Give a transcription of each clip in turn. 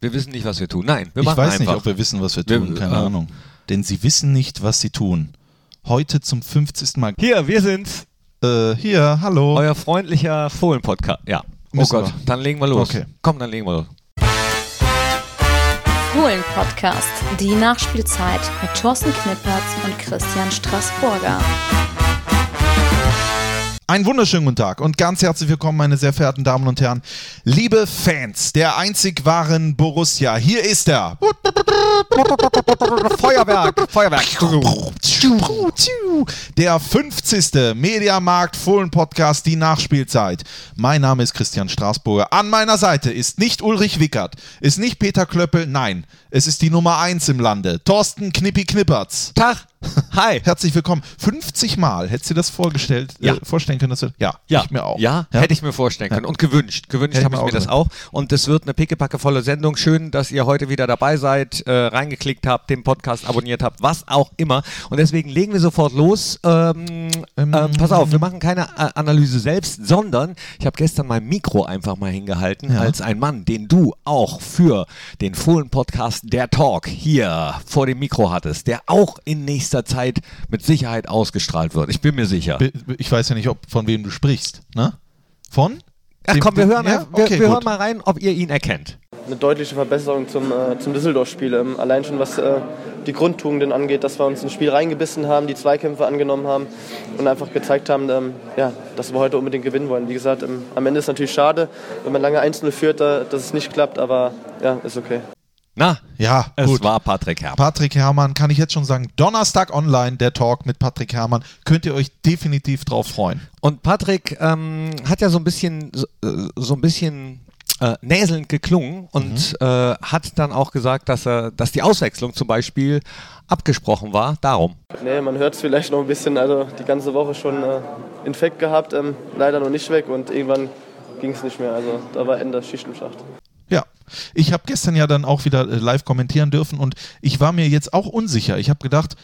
Wir wissen nicht, was wir tun. Nein, wir ich machen weiß einfach. nicht, ob wir wissen, was wir tun. Wir- Keine äh, Ahnung. Denn sie wissen nicht, was sie tun. Heute zum 50. Mal. Hier, wir sind's. Äh, hier, hallo. Euer freundlicher Fohlen-Podcast. Ja. Oh Müssen Gott, wir. dann legen wir los. Okay. Komm, dann legen wir los. Fohlen Podcast, die Nachspielzeit mit Thorsten Knippertz und Christian Straßburger. Einen wunderschönen guten Tag und ganz herzlich willkommen, meine sehr verehrten Damen und Herren. Liebe Fans der einzig wahren Borussia, hier ist er. Feuerwerk, Feuerwerk. Der 50. Mediamarkt Fohlen Podcast, die Nachspielzeit. Mein Name ist Christian Straßburger. An meiner Seite ist nicht Ulrich Wickert, ist nicht Peter Klöppel, nein, es ist die Nummer 1 im Lande, Thorsten Knippi Knippertz. Tag. Hi. Herzlich willkommen. 50 Mal, hättest du dir das vorgestellt, Ja. äh, vorstellen können? Dass wir, ja, Ja, ich mir auch. Ja, hätte ich mir vorstellen können und gewünscht. Gewünscht Hätte habe ich ich mir mir das auch. Und es wird eine pickepackevolle Sendung. Schön, dass ihr heute wieder dabei seid, äh, reingeklickt habt, den Podcast abonniert habt, was auch immer. Und deswegen legen wir sofort los. Ähm, ähm, pass auf, wir machen keine äh, Analyse selbst, sondern ich habe gestern mein Mikro einfach mal hingehalten als ein Mann, den du auch für den Fohlen-Podcast Der Talk hier vor dem Mikro hattest, der auch in nächster Zeit mit Sicherheit ausgestrahlt wird. Ich bin mir sicher. Be- be- Ich weiß ja nicht, ob, von wem du sprichst. Ne? Von? Ach Dem- komm, wir hören, ja? wir, okay, wir gut. hören mal rein, ob ihr ihn erkennt. eine deutliche Verbesserung zum, äh, zum Düsseldorf-Spiel. Ähm, allein schon was äh, die Grundtugenden angeht, dass wir uns ins Spiel reingebissen haben, die Zweikämpfe angenommen haben und einfach gezeigt haben, ähm, ja, dass wir heute unbedingt gewinnen wollen. Wie gesagt, ähm, am Ende ist es natürlich schade, wenn man lange 1-0 führt, da, dass es nicht klappt, aber ja, ist okay. Na, Ja, es gut. war Patrick Herb. Patrick Herrmann, kann ich jetzt schon sagen, Donnerstag online, der Talk mit Patrick Herrmann. Könnt ihr euch definitiv drauf freuen. Und Patrick ähm, hat ja so ein bisschen, so, äh, so ein bisschen äh, näselnd geklungen und Mhm. äh, hat dann auch gesagt, dass, er, dass die Auswechslung zum Beispiel abgesprochen war. Darum. Nee, man hört es vielleicht noch ein bisschen, also die ganze Woche schon äh, Infekt gehabt, ähm, leider noch nicht weg und irgendwann ging es nicht mehr. Also da war Ende Schicht im Schacht. Ja, ich habe gestern ja dann auch wieder äh, live kommentieren dürfen und ich war mir jetzt auch unsicher. Ich habe gedacht,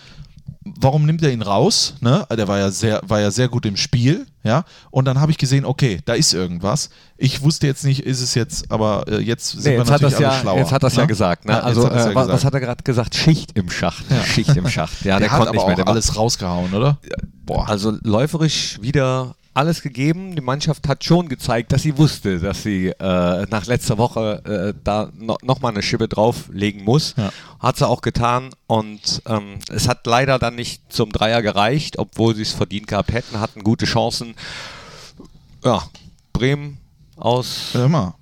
warum nimmt er ihn raus? Ne? Der war ja sehr, war ja sehr gut im Spiel, ja. Und dann habe ich gesehen, okay, da ist irgendwas. Ich wusste jetzt nicht, ist es jetzt, aber äh, jetzt sind Nee, wir jetzt, hat das natürlich alle ja, schlauer. jetzt hat das ja ne? gesagt. Ne? Ja, jetzt also, hat das ja äh, wa- was gesagt. hat er gerade gesagt? Schicht im Schacht. Schicht im Schacht. Ja, der, der, hat konnte aber nicht mehr. Der auch war- alles rausgehauen, oder? Boah. Also läuferisch wieder alles gegeben. Die Mannschaft hat schon gezeigt, dass sie wusste, dass sie äh, nach letzter Woche äh, da no, nochmal eine Schippe drauflegen muss. Ja. Hat sie auch getan und ähm, es hat leider dann nicht zum Dreier gereicht, obwohl sie es verdient gehabt hätten, hatten gute Chancen. Ja, Bremen aus Hör mal.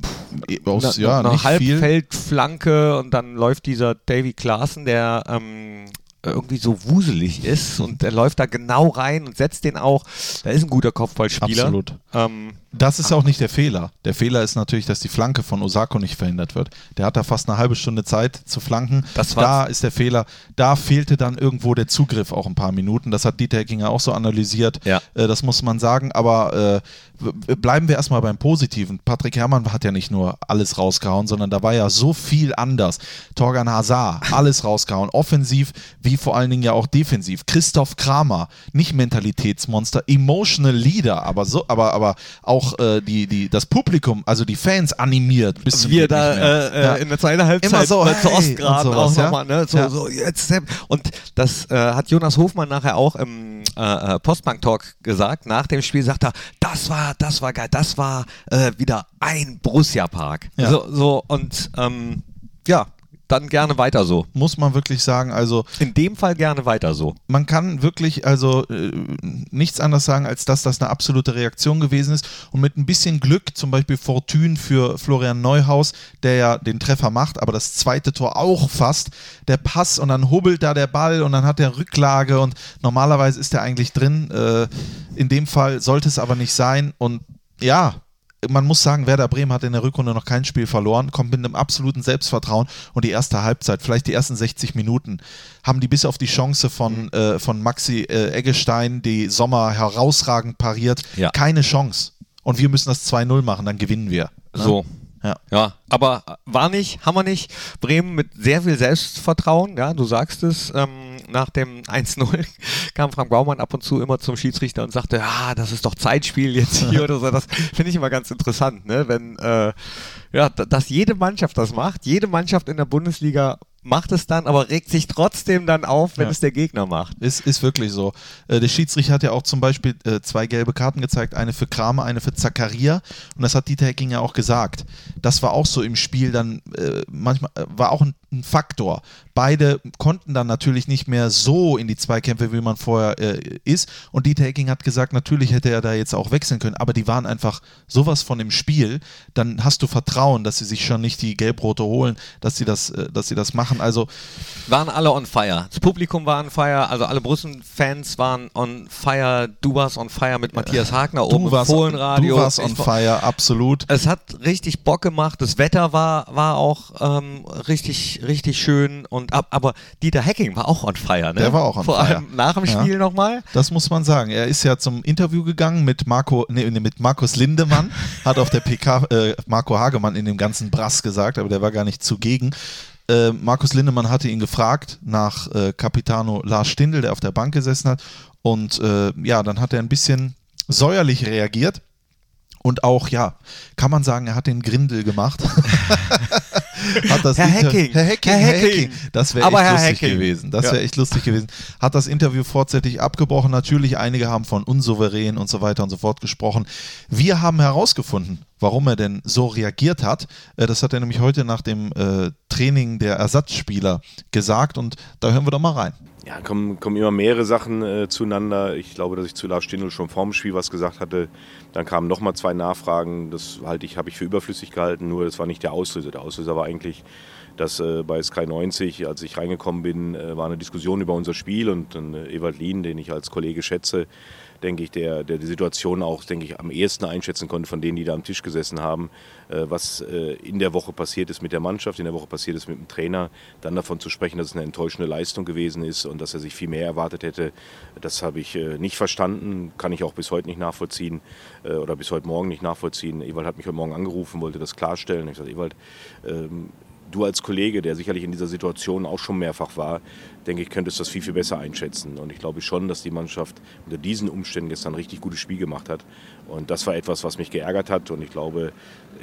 Pff, Aus, ja, einer nicht viel. Halbfeldflanke und dann läuft dieser Davy Klaassen, der ähm, irgendwie so wuselig ist und der läuft da genau rein und setzt den auch. Da ist ein guter Kopfballspieler. Absolut. Ähm, Das ist auch nicht der Fehler. Der Fehler ist natürlich, dass die Flanke von Osako nicht verhindert wird. Der hat da fast eine halbe Stunde Zeit zu flanken. Das da war's. ist der Fehler. Da fehlte dann irgendwo der Zugriff auch ein paar Minuten. Das hat Dieter Heckinger auch so analysiert. Ja. Äh, das muss man sagen. Aber äh, w- w- bleiben wir erstmal beim Positiven. Patrick Herrmann hat ja nicht nur alles rausgehauen, sondern da war ja so viel anders. Torgan Hazard, alles rausgehauen. Offensiv wie vor allen Dingen ja auch defensiv. Christoph Kramer, nicht Mentalitätsmonster, emotional Leader, aber so, aber, aber auch äh, die, die, das Publikum, also die Fans animiert. Bis zum wir geht da nicht mehr. äh, äh, in der zweiten Halbzeit Immer so, ne, zu hey, Ostgraden und sowas, auch ja? nochmal, ne? so, Ja. so jetzt Sepp. und das äh, hat Jonas Hofmann nachher auch im äh, äh, Postbank Talk gesagt. Nach dem Spiel sagt er, das war, das war geil, das war äh, wieder ein Borussia Park. Ja. So, so und ähm, ja, dann gerne weiter so. Muss man wirklich sagen, also In dem Fall gerne weiter so. man kann wirklich also äh, nichts anderes sagen, als dass das eine absolute Reaktion gewesen ist. Und mit ein bisschen Glück, zum Beispiel Fortune für Florian Neuhaus, der ja den Treffer macht, aber das zweite Tor auch fast, der Pass und dann hubbelt da der Ball und dann hat er Rücklage und normalerweise ist er eigentlich drin. Äh, in dem Fall sollte es aber nicht sein. Und ja, man muss sagen, Werder Bremen hat in der Rückrunde noch kein Spiel verloren, kommt mit einem absoluten Selbstvertrauen und die erste Halbzeit, vielleicht die ersten 60 Minuten, haben die bis auf die Chance Mhm. von, äh, von Maxi äh, Eggestein, die Sommer herausragend pariert, Ja. keine Chance. Und wir müssen das 2-0 machen, dann gewinnen wir. Ne? So. Ja. Ja, aber war nicht, haben wir nicht. Bremen mit sehr viel Selbstvertrauen, ja, du sagst es, ähm, nach dem 1-0 kam Frank Baumann ab und zu immer zum Schiedsrichter und sagte, ja, das ist doch Zeitspiel jetzt hier oder so. Das finde ich immer ganz interessant, ne? wenn äh, ja, d- dass jede Mannschaft das macht. Jede Mannschaft in der Bundesliga macht es dann, aber regt sich trotzdem dann auf, wenn Ja. es der Gegner macht. Ist, ist wirklich so. Äh, der Schiedsrichter hat ja auch zum Beispiel äh, zwei gelbe Karten gezeigt, eine für Kramer, eine für Zakaria. Und das hat Dieter Hecking ja auch gesagt. Das war auch so im Spiel dann äh, manchmal, äh, war auch ein, ein Faktor. Beide konnten dann natürlich nicht mehr so in die Zweikämpfe, wie man vorher äh, ist. Und Dieter Hecking hat gesagt, natürlich hätte er da jetzt auch wechseln können, aber die waren einfach sowas von im Spiel. Dann hast du Vertrauen, dass sie sich schon nicht die Gelbrote holen, dass sie das, äh, dass sie das machen. Also Waren alle on fire. Das Publikum war on fire, also alle Brüssel-Fans waren on fire. Du warst on fire mit Matthias Hagner oben du warst, im Fohlenradio. du warst on Ich war- fire, absolut. Es hat richtig Bock gemacht. Das Wetter war, war auch ähm, richtig, richtig schön. Und, ab- aber Dieter Hacking war auch on fire. Ne? Der war auch on Vor fire. allem nach dem Ja. Spiel nochmal. Das muss man sagen. Er ist ja zum Interview gegangen mit Marco, nee, nee, mit Markus Lindemann, hat auf der PK äh, Marco Hagemann in dem ganzen Brass gesagt, aber der war gar nicht zugegen. Äh, Markus Lindemann hatte ihn gefragt nach äh, Capitano Lars Stindl, der auf der Bank gesessen hat. Und äh, ja, dann hat er ein bisschen säuerlich reagiert. Und auch, ja, kann man sagen, er hat den Grindel gemacht. hat das Herr Inter- Hecking, Herr Hecking, Herr Herr Hecking. Hecking. Das wäre Aber echt Herr lustig Hecking. gewesen. Das Ja. wäre echt lustig gewesen. Hat das Interview vorzeitig abgebrochen. Natürlich, einige haben von unsouverän und so weiter und so fort gesprochen. Wir haben herausgefunden, warum er denn so reagiert hat. Äh, Das hat er nämlich heute nach dem äh, Training der Ersatzspieler gesagt und da hören wir doch mal rein. Ja, kommen, kommen immer mehrere Sachen äh, zueinander. Ich glaube, dass ich zu Lars Stindl schon vorm Spiel was gesagt hatte. Dann kamen nochmal zwei Nachfragen. Das halte ich, habe ich für überflüssig gehalten, nur das war nicht der Auslöser. Der Auslöser war eigentlich, dass äh, bei Sky 90, als ich reingekommen bin, äh, war eine Diskussion über unser Spiel und dann äh, Ewald Lien, den ich als Kollege schätze, denke ich, der, der die Situation auch, denke ich, am ehesten einschätzen konnte von denen, die da am Tisch gesessen haben, äh, was äh, in der Woche passiert ist mit der Mannschaft, in der Woche passiert ist mit dem Trainer, dann davon zu sprechen, dass es eine enttäuschende Leistung gewesen ist und dass er sich viel mehr erwartet hätte, das habe ich äh, nicht verstanden, kann ich auch bis heute nicht nachvollziehen äh, oder bis heute Morgen nicht nachvollziehen. Ewald hat mich heute Morgen angerufen, wollte das klarstellen. Ich sagte, Ewald, ähm, du als Kollege, der sicherlich in dieser Situation auch schon mehrfach war, denke ich, könntest das viel, viel besser einschätzen. Und ich glaube schon, dass die Mannschaft unter diesen Umständen gestern ein richtig gutes Spiel gemacht hat. Und das war etwas, was mich geärgert hat. Und ich glaube,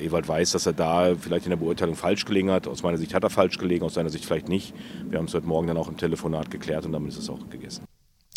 Ewald weiß, dass er da vielleicht in der Beurteilung falsch gelegen hat. Aus meiner Sicht hat er falsch gelegen, aus seiner Sicht vielleicht nicht. Wir haben es heute Morgen dann auch im Telefonat geklärt und damit ist es auch gegessen.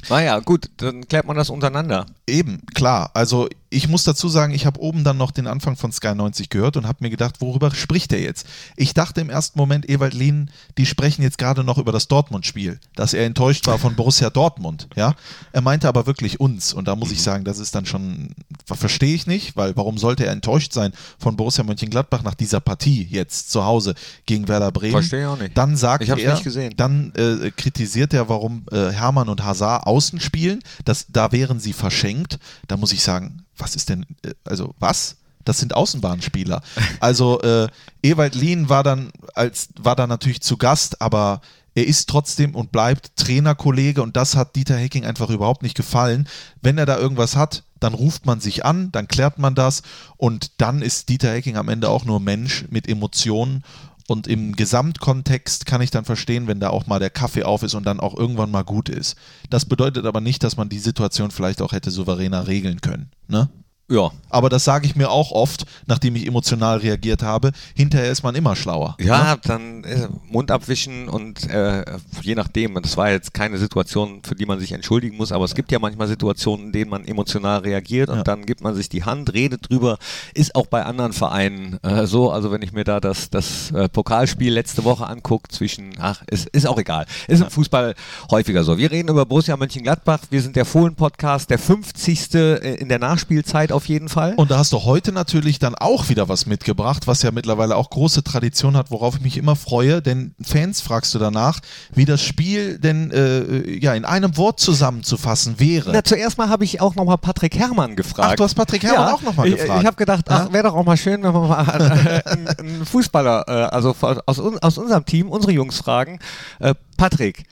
Naja, gut, dann klärt man das untereinander. Eben, klar. Also ich muss dazu sagen, ich habe oben dann noch den Anfang von Sky 90 gehört und habe mir gedacht, worüber spricht er jetzt? Ich dachte im ersten Moment, Ewald Lien, die sprechen jetzt gerade noch über das Dortmund-Spiel, dass er enttäuscht war von Borussia Dortmund. Ja, er meinte aber wirklich uns und da muss Mhm. ich sagen, das ist dann schon verstehe ich nicht, weil warum sollte er enttäuscht sein von Borussia Mönchengladbach nach dieser Partie jetzt zu Hause gegen Werder Bremen? Verstehe ich auch nicht. Dann sagt Ich hab's er, nicht gesehen. dann äh, kritisiert er, warum äh, Hermann und Hazard außen spielen. Das, da wären sie verschenkt. Da muss ich sagen, was ist denn, äh, also was? Das sind Außenbahnspieler. Also äh, Ewald Lien war dann als war dann natürlich zu Gast, aber er ist trotzdem und bleibt Trainerkollege und das hat Dieter Hecking einfach überhaupt nicht gefallen. Wenn er da irgendwas hat, dann ruft man sich an, dann klärt man das und dann ist Dieter Hecking am Ende auch nur Mensch mit Emotionen und im Gesamtkontext kann ich dann verstehen, wenn da auch mal der Kaffee auf ist und dann auch irgendwann mal gut ist. Das bedeutet aber nicht, dass man die Situation vielleicht auch hätte souveräner regeln können. Ne? Ja. Aber das sage ich mir auch oft, nachdem ich emotional reagiert habe. Hinterher ist man immer schlauer. ne? Ja, dann äh, Mund abwischen und äh, je nachdem, das war jetzt keine Situation, für die man sich entschuldigen muss, aber es gibt ja manchmal Situationen, in denen man emotional reagiert und Ja. dann gibt man sich die Hand, redet drüber, ist auch bei anderen Vereinen äh, so, also wenn ich mir da das, das äh, Pokalspiel letzte Woche angucke zwischen, ach, es ist auch egal, ist im Fußball häufiger so. Wir reden über Borussia Mönchengladbach, wir sind der Fohlen-Podcast, der 50. in der Nachspielzeit auf jeden Fall. Und da hast du heute natürlich dann auch wieder was mitgebracht, was ja mittlerweile auch große Tradition hat, worauf ich mich immer freue, denn Fans fragst du danach, wie das Spiel denn äh, ja in einem Wort zusammenzufassen wäre. Na, zuerst mal habe ich auch nochmal Patrick Herrmann gefragt. Ach, du hast Patrick Herrmann auch noch mal ich, äh, gefragt. Ich habe gedacht, ach, wäre doch auch mal schön, wenn wir mal äh, einen einen Fußballer, äh, also von- aus, un- aus unserem Team, unsere Jungs fragen. Äh, Patrick,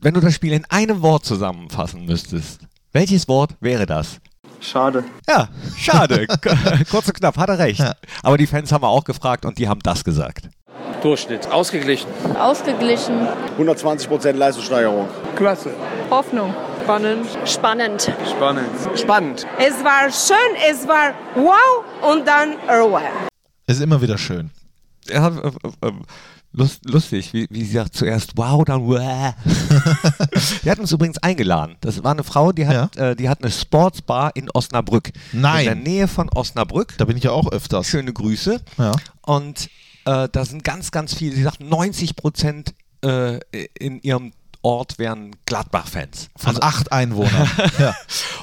wenn du das Spiel in einem Wort zusammenfassen müsstest, welches Wort wäre das? Schade. Ja, schade. K- Kurz und knapp, hat er recht. Aber die Fans haben wir auch gefragt und die haben das gesagt. Durchschnitt. Ausgeglichen. Ausgeglichen. 120 Prozent Leistungssteigerung. Klasse. Hoffnung. Spannend. Spannend. Spannend. Spannend. Es war schön, es war wow und dann wow. Es ist immer wieder schön. Ja, äh, äh, Lust, lustig, wie, wie sie sagt zuerst wow, dann wow. die hat uns übrigens eingeladen. Das war eine Frau, die hat, äh, die hat eine Sportsbar in Osnabrück. Nein. In der Nähe von Osnabrück. Da bin ich ja auch öfters. Schöne Grüße. Ja. Und äh, da sind ganz, ganz viele, sie sagt 90 Prozent äh, in ihrem Ort wären Gladbach-Fans. Also Von acht Einwohnern. ja.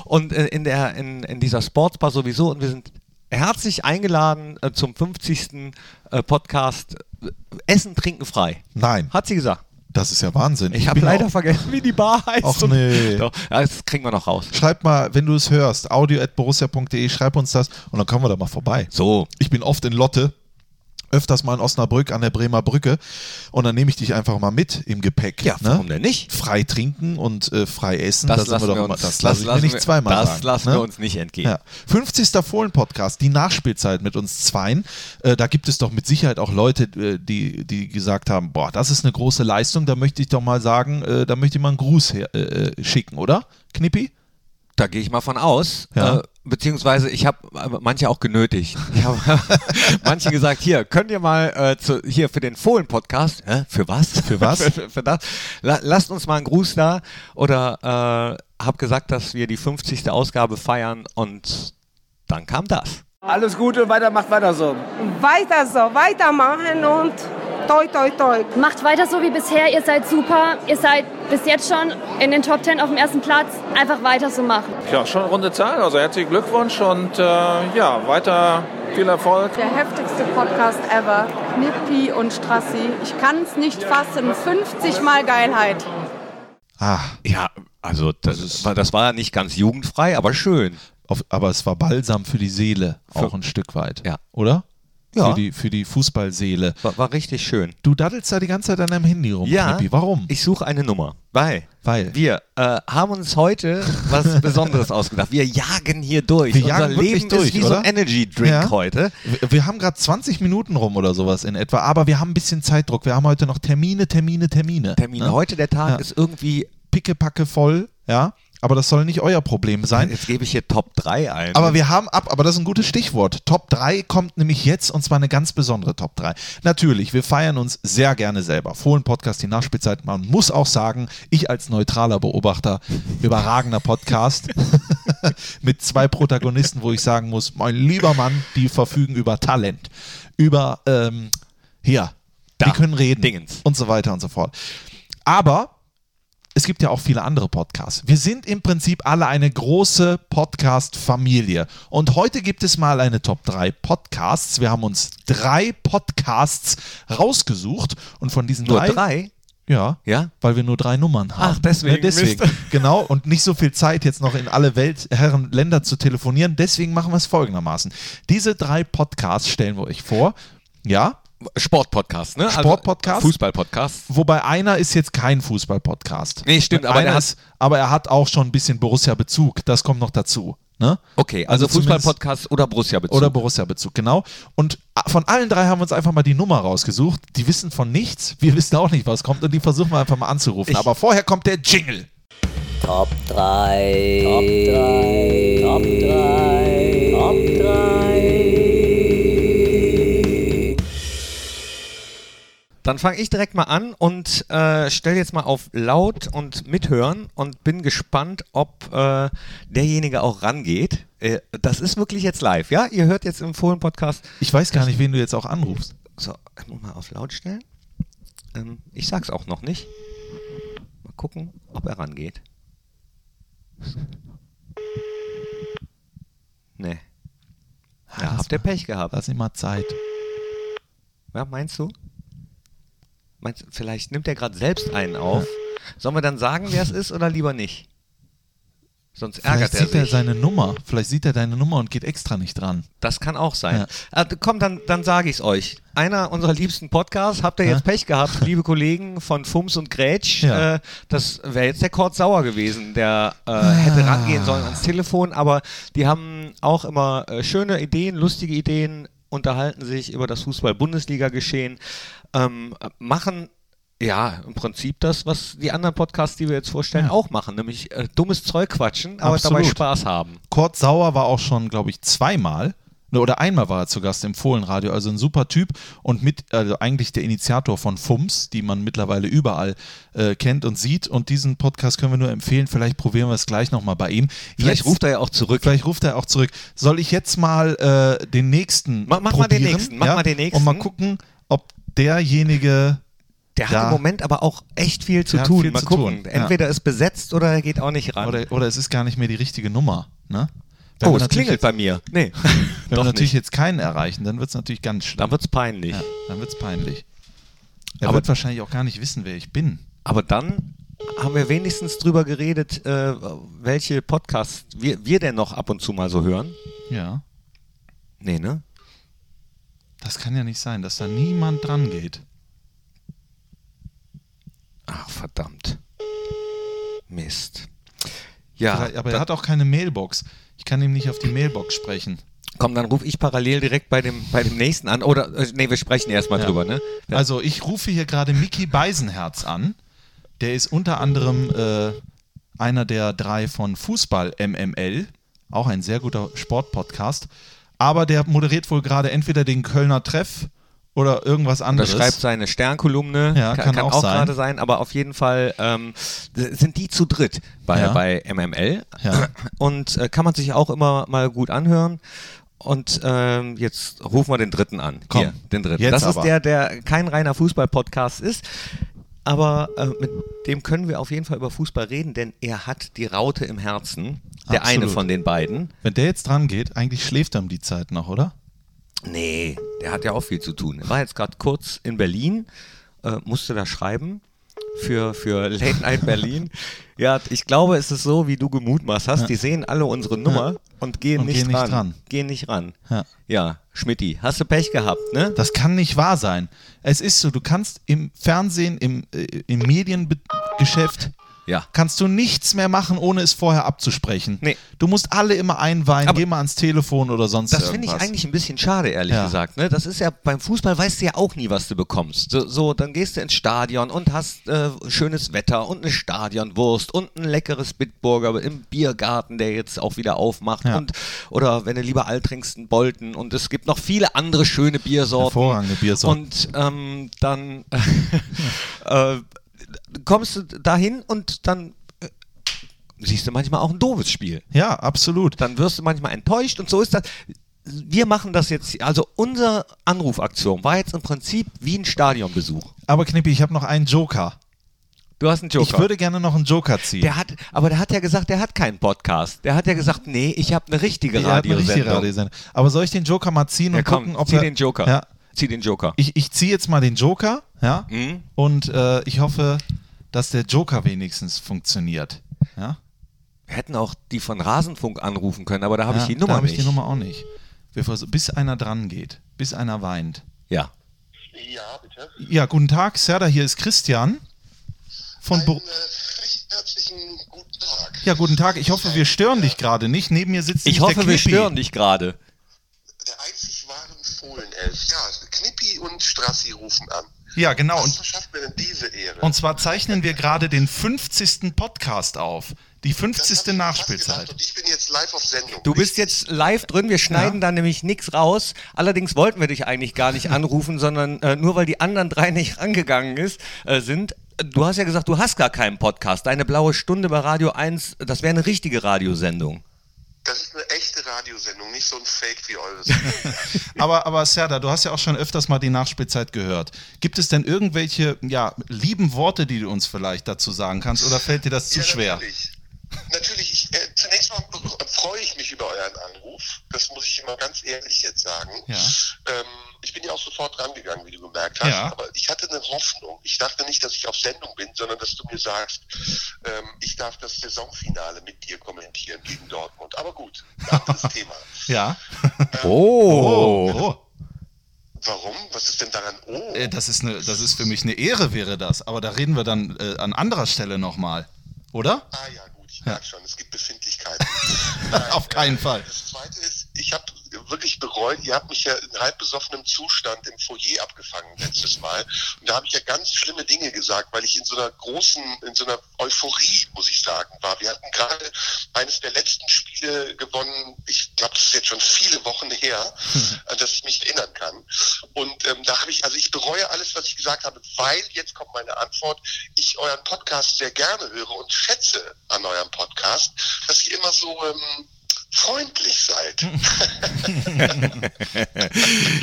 Und äh, in, der, in, in dieser Sportsbar sowieso. Und wir sind herzlich eingeladen äh, zum 50. Äh, Podcast. äh, Essen, trinken frei. Nein. Hat sie gesagt. Das ist ja Wahnsinn. Ich habe bin leider auch- vergessen, wie die Bar heißt. Ach nee. Doch, ja, das kriegen wir noch raus. Schreib mal, wenn du es hörst, audio.borussia.de, schreib uns das und dann kommen wir da mal vorbei. So. Ich bin oft in Lotte, öfters mal in Osnabrück an der Bremer Brücke und dann nehme ich dich einfach mal mit im Gepäck. ne? Ja, warum denn nicht? Frei trinken und äh, frei essen, Das da sind lassen wir immer- uns- das das lasse ich mir lassen nicht wir- zweimal das sagen. ne? lassen wir uns nicht entgehen. Ja. 50. Fohlen-Podcast, die Nachspielzeit mit uns Zweien. Äh, da gibt es doch mit Sicherheit auch Leute, äh, die, die gesagt haben, boah, das ist eine große Leistung, da möchte ich doch mal sagen, äh, da möchte ich mal einen Gruß her, äh, äh, schicken, oder? Knippi? Da gehe ich mal von aus. Ja. Äh, beziehungsweise ich habe äh, manche auch genötigt. Ich habe manche gesagt, hier, könnt ihr mal äh, zu, hier für den Fohlen-Podcast, Hä? für was? Für was? für, für, für das. La lasst uns mal einen Gruß da. Oder äh, habe gesagt, dass wir die 50. Ausgabe feiern und dann kam das. Alles Gute, weiter, macht weiter so. Weiter so, weitermachen und toi, toi, toi. Macht weiter so wie bisher. Ihr seid super. Ihr seid bis jetzt schon in den Top 10 auf dem ersten Platz. Einfach weiter so machen. Ja, schon runde Zahl. Also herzlichen Glückwunsch und äh, ja, weiter viel Erfolg. Der heftigste Podcast ever. Nippi und Strassi. Ich kann es nicht fassen. 50 Mal Geilheit. Ah, Ja, also das, war- das war nicht ganz jugendfrei, aber schön. auf, aber es war Balsam für die Seele, auch ein Stück weit. Ja. Oder? Ja. Für die, für die Fußballseele. War, war richtig schön. Du daddelst da die ganze Zeit an deinem Handy rum, Knippi. Warum? Ich suche eine Nummer. Weil. Weil. Wir äh, haben uns heute was Besonderes ausgedacht. Wir jagen hier durch. Wir jagen Unser wirklich Leben durch, ist wie so oder? ein Energy Drink Ja. heute. Wir- Wir haben gerade 20 Minuten rum oder sowas in etwa, aber wir haben ein bisschen Zeitdruck. Wir haben heute noch Termine, Termine, Termine. Termin. Ne? Heute der Tag Ja. ist irgendwie. pickepacke voll, ja. Aber das soll nicht euer Problem sein. Jetzt gebe ich hier Top 3 ein. Aber wir haben ab, aber das ist ein gutes Stichwort. Top 3 kommt nämlich jetzt und zwar eine ganz besondere Top 3. Natürlich, wir feiern uns sehr gerne selber. Fohlen Podcast, die Nachspielzeit. Man muss auch sagen, ich als neutraler Beobachter, überragender Podcast mit zwei Protagonisten, wo ich sagen muss, mein lieber Mann, die verfügen über Talent. Über, ähm, hier, Da. die können reden Dingens. und so weiter und so fort. Aber es gibt ja auch viele andere Podcasts. Wir sind im Prinzip alle eine große Podcast-Familie. Und heute gibt es mal eine Top 3 Podcasts. Wir haben uns drei Podcasts rausgesucht und von diesen Nur drei, drei? Ja, Ja? weil wir nur drei Nummern haben. Ach, deswegen, Ja, deswegen. Mist. Genau, und nicht so viel Zeit jetzt noch in alle Welt, Herren, Länder zu telefonieren. Deswegen machen wir es folgendermaßen. Diese drei Podcasts stellen wir euch vor. Ja, Sportpodcast, ne? Sportpodcast? Also Fußballpodcast. Wobei einer ist jetzt kein Fußball-Podcast. Nee, stimmt, aber Einer der hat- ist, aber er hat auch schon ein bisschen Borussia-Bezug. Das kommt noch dazu. Ne? Okay, also, zumindest- Fußballpodcast oder Borussia Bezug. Oder Borussia-Bezug, genau. Und a- von allen drei haben wir uns einfach mal die Nummer rausgesucht. Die wissen von nichts. Wir wissen auch nicht, was kommt. Und die versuchen wir einfach mal anzurufen. Ich- aber vorher kommt der Jingle. Top 3. Top 3. Top 3. Top 3. Dann fange ich direkt mal an und äh, stelle jetzt mal auf laut und mithören und bin gespannt, ob äh, derjenige auch rangeht. Äh, das ist wirklich jetzt live, ja? Ihr hört jetzt im Fohlen-Podcast. Ich weiß gar nicht, wen du jetzt auch anrufst. So, ich muss mal auf laut stellen. Ähm, ich sag's auch noch nicht. Mal gucken, ob er rangeht. Nee. Ja, lass habt ihr mal. Pech gehabt. Lass ihm mal Zeit. Ja, meinst du? Meinst, du, vielleicht nimmt er gerade selbst einen auf. Sollen wir dann sagen, wer es ist oder lieber nicht? Sonst ärgert Vielleicht er sieht er sich. seine Nummer. Vielleicht sieht er deine Nummer und geht extra nicht dran. das kann auch sein. Ja. Ah, komm, dann, dann sage ich es euch. Einer unserer liebsten Podcasts, habt ihr Ja. jetzt Pech gehabt, liebe Kollegen von Fums und Grätsch. Ja. Äh, das wäre jetzt der Kurt Sauer gewesen, der äh, hätte rangehen sollen ans Telefon. Aber die haben auch immer äh, schöne Ideen, lustige Ideen, unterhalten sich über das Fußball-Bundesliga-Geschehen. ähm, machen ja, im Prinzip das, was die anderen Podcasts, die wir jetzt vorstellen, auch machen, nämlich äh, dummes Zeug quatschen, aber Absolut. dabei Spaß haben. Kurt Sauer war auch schon, glaube ich, zweimal ne, oder einmal war er zu Gast im Fohlenradio, also ein super Typ und mit, also eigentlich der Initiator von FUMS, die man mittlerweile überall äh, kennt und sieht. Und diesen Podcast können wir nur empfehlen. Vielleicht probieren wir es gleich nochmal bei ihm. Vielleicht ruft er ja auch zurück. Vielleicht ruft er auch zurück. Soll ich jetzt mal äh, den nächsten Mach- mach mal den nächsten, mach mal den nächsten. Und mal gucken, ob derjenige Der da- hat im Moment aber auch echt viel zu Der hat tun. viel Mal zu gucken. tun, ja. Entweder ist besetzt oder er geht auch nicht ran. oder, oder es ist gar nicht mehr die richtige Nummer. Ne? Wenn oh, wir es natürlich klingelt jetzt- bei mir. Nee. Wenn Doch wir natürlich nicht. jetzt keinen erreichen, dann wird es natürlich ganz schlimm. Dann wird's peinlich. Ja, dann wird's peinlich. Er Aber- wird wahrscheinlich auch gar nicht wissen, wer ich bin. Aber dann haben wir wenigstens drüber geredet, äh, welche Podcasts wir, wir denn noch ab und zu mal so hören. Ja. Nee, ne? Das kann ja nicht sein, dass da niemand dran geht. Ach, verdammt. Mist. Ja, Vielleicht- aber dann- er hat auch keine Mailbox. Ich kann ihm nicht auf die Mailbox sprechen. komm, dann rufe ich parallel direkt bei dem, bei dem nächsten an. Oder, äh, nee, wir sprechen erstmal Ja. drüber, ne? Ja. Also ich rufe hier gerade Mickey Beisenherz an. Der ist unter anderem äh, einer der drei von Fußball MML, auch ein sehr guter Sportpodcast. Aber der moderiert wohl gerade entweder den Kölner Treff oder irgendwas Oder anderes. schreibt seine Sternkolumne, Ja, kann auch sein. gerade sein, aber auf jeden Fall ähm, sind die zu dritt bei, Ja. bei MML Ja. und äh, kann man sich auch immer mal gut anhören. Und ähm, jetzt rufen wir den dritten an. Komm, Hier, den dritten. jetzt das ist aber. der, der kein reiner Fußball-Podcast ist, aber äh, mit dem können wir auf jeden Fall über Fußball reden, denn er hat die Raute im Herzen. Der Absolut. eine von den beiden. Wenn der jetzt dran geht, eigentlich schläft er um die Zeit noch, oder? Nee, der hat ja auch viel zu tun. Er war jetzt gerade kurz in Berlin, äh, musste da schreiben für, für Late Night Berlin. ja, ich glaube, es ist so, wie du gemutmaßt hast. Die sehen alle unsere Nummer Ja. und gehen, Und nicht, gehen nicht ran. dran. Gehen nicht ran. Ja. ja, Schmidti, hast du Pech gehabt, ne? Das kann nicht wahr sein. Es ist so, du kannst im Fernsehen, im, äh, im Mediengeschäft, Ja. kannst du nichts mehr machen, ohne es vorher abzusprechen. Nee. Du musst alle immer einweihen, Aber- geh mal ans Telefon oder sonst Das finde ich irgendwas. eigentlich ein bisschen schade, ehrlich Ja. gesagt. Ne? Das ist ja beim Fußball weißt du ja auch nie, was du bekommst. So, so dann gehst du ins Stadion und hast äh, schönes Wetter und eine Stadionwurst und ein leckeres Bitburger im Biergarten, der jetzt auch wieder aufmacht. Ja. Und, oder wenn du lieber alt trinkst, einen Bolten. Und es gibt noch viele andere schöne Biersorten. Hervorragende Biersorten. Und ähm, dann äh, kommst du dahin und dann äh, siehst du manchmal auch ein doofes Spiel Ja, absolut. dann wirst du manchmal enttäuscht und so ist das. Wir machen das jetzt, also unsere Anrufaktion war jetzt im Prinzip wie ein Stadionbesuch. Aber Knippi, ich habe noch einen Joker. Du hast einen Joker. Ich würde gerne noch einen Joker ziehen. der hat, aber der hat ja gesagt, der hat keinen Podcast. Der hat ja gesagt, nee, ich habe eine richtige Der hat eine richtige Radiosendung. Radiosendung. Aber soll ich den Joker mal ziehen Ja, und komm, gucken, ob zieh er- den Joker. Ja, Zieh den Joker. ich, ich ziehe jetzt mal den Joker, ja, Mhm. und äh, ich hoffe, dass der Joker wenigstens funktioniert. Ja? Wir hätten auch die von Rasenfunk anrufen können, aber da habe ja, ich die Nummer da hab nicht. ich die Nummer auch nicht. Wir versuchen- bis einer dran geht, bis einer weint. Ja. Ja, bitte. Ja, guten Tag, Serda, hier ist Christian von Bo Einen, äh, recht herzlichen guten Tag. Äh, Ja, guten Tag. Ich hoffe, wir stören dich gerade nicht. Neben mir sitzt Ich nicht der hoffe, wir Knippi. stören dich gerade. Der einzig wahren Fohlenelf. Ja, Knippi und Strassi rufen an. Ja, genau. Was Und, verschafft mir denn diese Ehre? und zwar zeichnen wir gerade den 50. Podcast auf. Die 50. Gedacht, Nachspielzeit. und ich bin jetzt live auf Sendung. Du bist jetzt live drin, wir schneiden da nämlich nichts raus. Allerdings wollten wir dich eigentlich gar nicht anrufen, sondern äh, nur weil die anderen drei nicht rangegangen ist, äh, sind. Du hast ja gesagt, du hast gar keinen Podcast. Deine blaue Stunde bei Radio 1, das wäre eine richtige Radiosendung. Das ist eine echte Radiosendung, nicht so ein Fake wie eures. Aber, aber Serda, du hast ja auch schon öfters mal die Nachspielzeit gehört. Gibt es denn irgendwelche ja, lieben Worte, die du uns vielleicht dazu sagen kannst? Oder fällt dir das zu Ja, schwer? Natürlich. Natürlich, ich, äh, zunächst mal be- freue ich mich über euren Anruf. Das muss ich immer ganz ehrlich jetzt sagen. Ja. Ähm, ich bin ja auch sofort rangegangen, wie du gemerkt hast. Ja. Aber ich hatte eine Hoffnung. Ich dachte nicht, dass ich auf Sendung bin, sondern dass du mir sagst, ähm, ich darf das Saisonfinale mit dir kommentieren gegen Dortmund. Aber gut, anderes Thema. Ja. Oh. Oh. Warum? Was ist denn daran? Oh, Äh, Das ist, eine, das ist für mich eine Ehre, wäre das. Aber da reden wir dann äh, an anderer Stelle nochmal. Oder? ah ja, gut, ich merke schon, es gibt Befindlichkeiten. äh, Auf keinen Fall. Das zweite ist, ich habe wirklich bereuen. Ihr habt mich ja in halb besoffenem Zustand im Foyer abgefangen letztes Mal. Und da habe ich ja ganz schlimme Dinge gesagt, weil ich in so einer großen, in so einer Euphorie, muss ich sagen, war. Wir hatten gerade eines der letzten Spiele gewonnen. Ich glaube, das ist jetzt schon viele Wochen her, an das ich mich erinnern kann. Und ähm, da habe ich, also ich bereue alles, was ich gesagt habe, weil, jetzt kommt meine Antwort, ich euren Podcast sehr gerne höre und schätze an eurem Podcast, dass ihr immer so ähm, freundlich seid.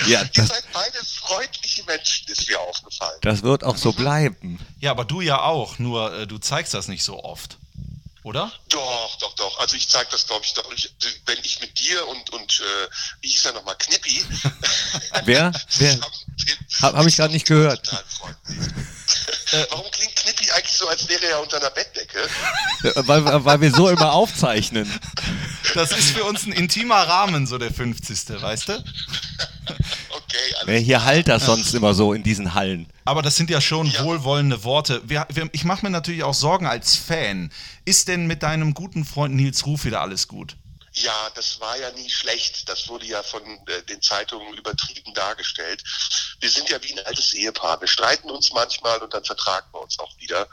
ja, ihr das, seid beide freundliche Menschen, ist mir aufgefallen. das wird auch so bleiben. Ja, aber du ja auch, nur äh, du zeigst das nicht so oft. Oder? Doch, doch, doch. Also ich zeige das, glaube ich, doch. Ich, wenn ich mit dir und, und äh, wie hieß er nochmal, Knippi, Wer? Wer? äh, Habe hab ich gerade nicht gehört. warum klingt Knippi eigentlich so, als wäre er unter einer Bettdecke? Äh, Weil, weil wir so immer aufzeichnen. Das ist für uns ein intimer Rahmen, so der 50. Weißt du? Ne, Hier halt das sonst immer so in diesen Hallen. Aber das sind ja schon wohlwollende Worte. Wir, wir, ich mache mir natürlich auch Sorgen als Fan. Ist denn mit deinem guten Freund Nils Ruf wieder alles gut? Ja, das war ja nie schlecht. Das wurde ja von äh, den Zeitungen übertrieben dargestellt. Wir sind ja wie ein altes Ehepaar. Wir streiten uns manchmal und dann vertragen wir uns auch wieder.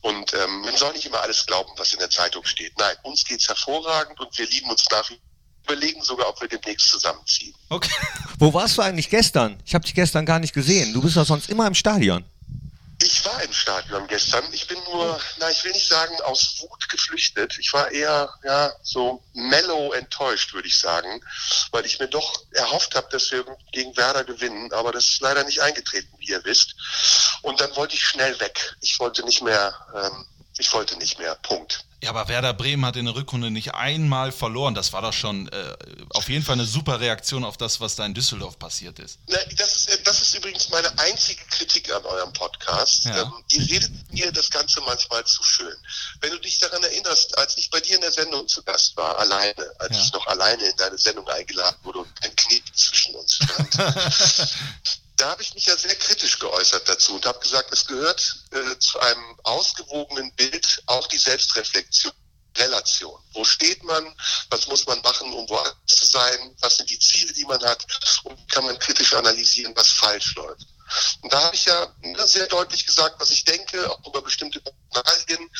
Und ähm, man soll nicht immer alles glauben, was in der Zeitung steht. Nein, uns geht's hervorragend und wir lieben uns nach wie überlegen sogar, ob wir demnächst zusammenziehen. Okay. Wo warst du eigentlich gestern? Ich habe dich gestern gar nicht gesehen. Du bist doch sonst immer im Stadion. Ich war im Stadion gestern. Ich bin nur, na, ich will nicht sagen, aus Wut geflüchtet. Ich war eher, ja, so mellow enttäuscht, würde ich sagen, weil ich mir doch erhofft habe, dass wir gegen Werder gewinnen. Aber das ist leider nicht eingetreten, wie ihr wisst. Und dann wollte ich schnell weg. Ich wollte nicht mehr, ähm, ich wollte nicht mehr. Punkt. Ja, aber Werder Bremen hat in der Rückrunde nicht einmal verloren. Das war doch schon äh, auf jeden Fall eine super Reaktion auf das, was da in Düsseldorf passiert ist. Na, das, ist, äh, das ist übrigens meine einzige Kritik an eurem Podcast. Ja. Ähm, ihr redet mir das Ganze manchmal zu schön. Wenn du dich daran erinnerst, als ich bei dir in der Sendung zu Gast war, alleine, als Ja. ich noch alleine in deine Sendung eingeladen wurde und ein Knie zwischen uns stand, da habe ich mich ja sehr kritisch geäußert dazu und habe gesagt, es gehört äh, zu einem ausgewogenen Bild auch die Selbstreflexion. Relation. Wo steht man? Was muss man machen, um woanders zu sein? Was sind die Ziele, die man hat? Und wie kann man kritisch analysieren, was falsch läuft? Und da habe ich ja ne, sehr deutlich gesagt, was ich denke, auch über bestimmte Personalien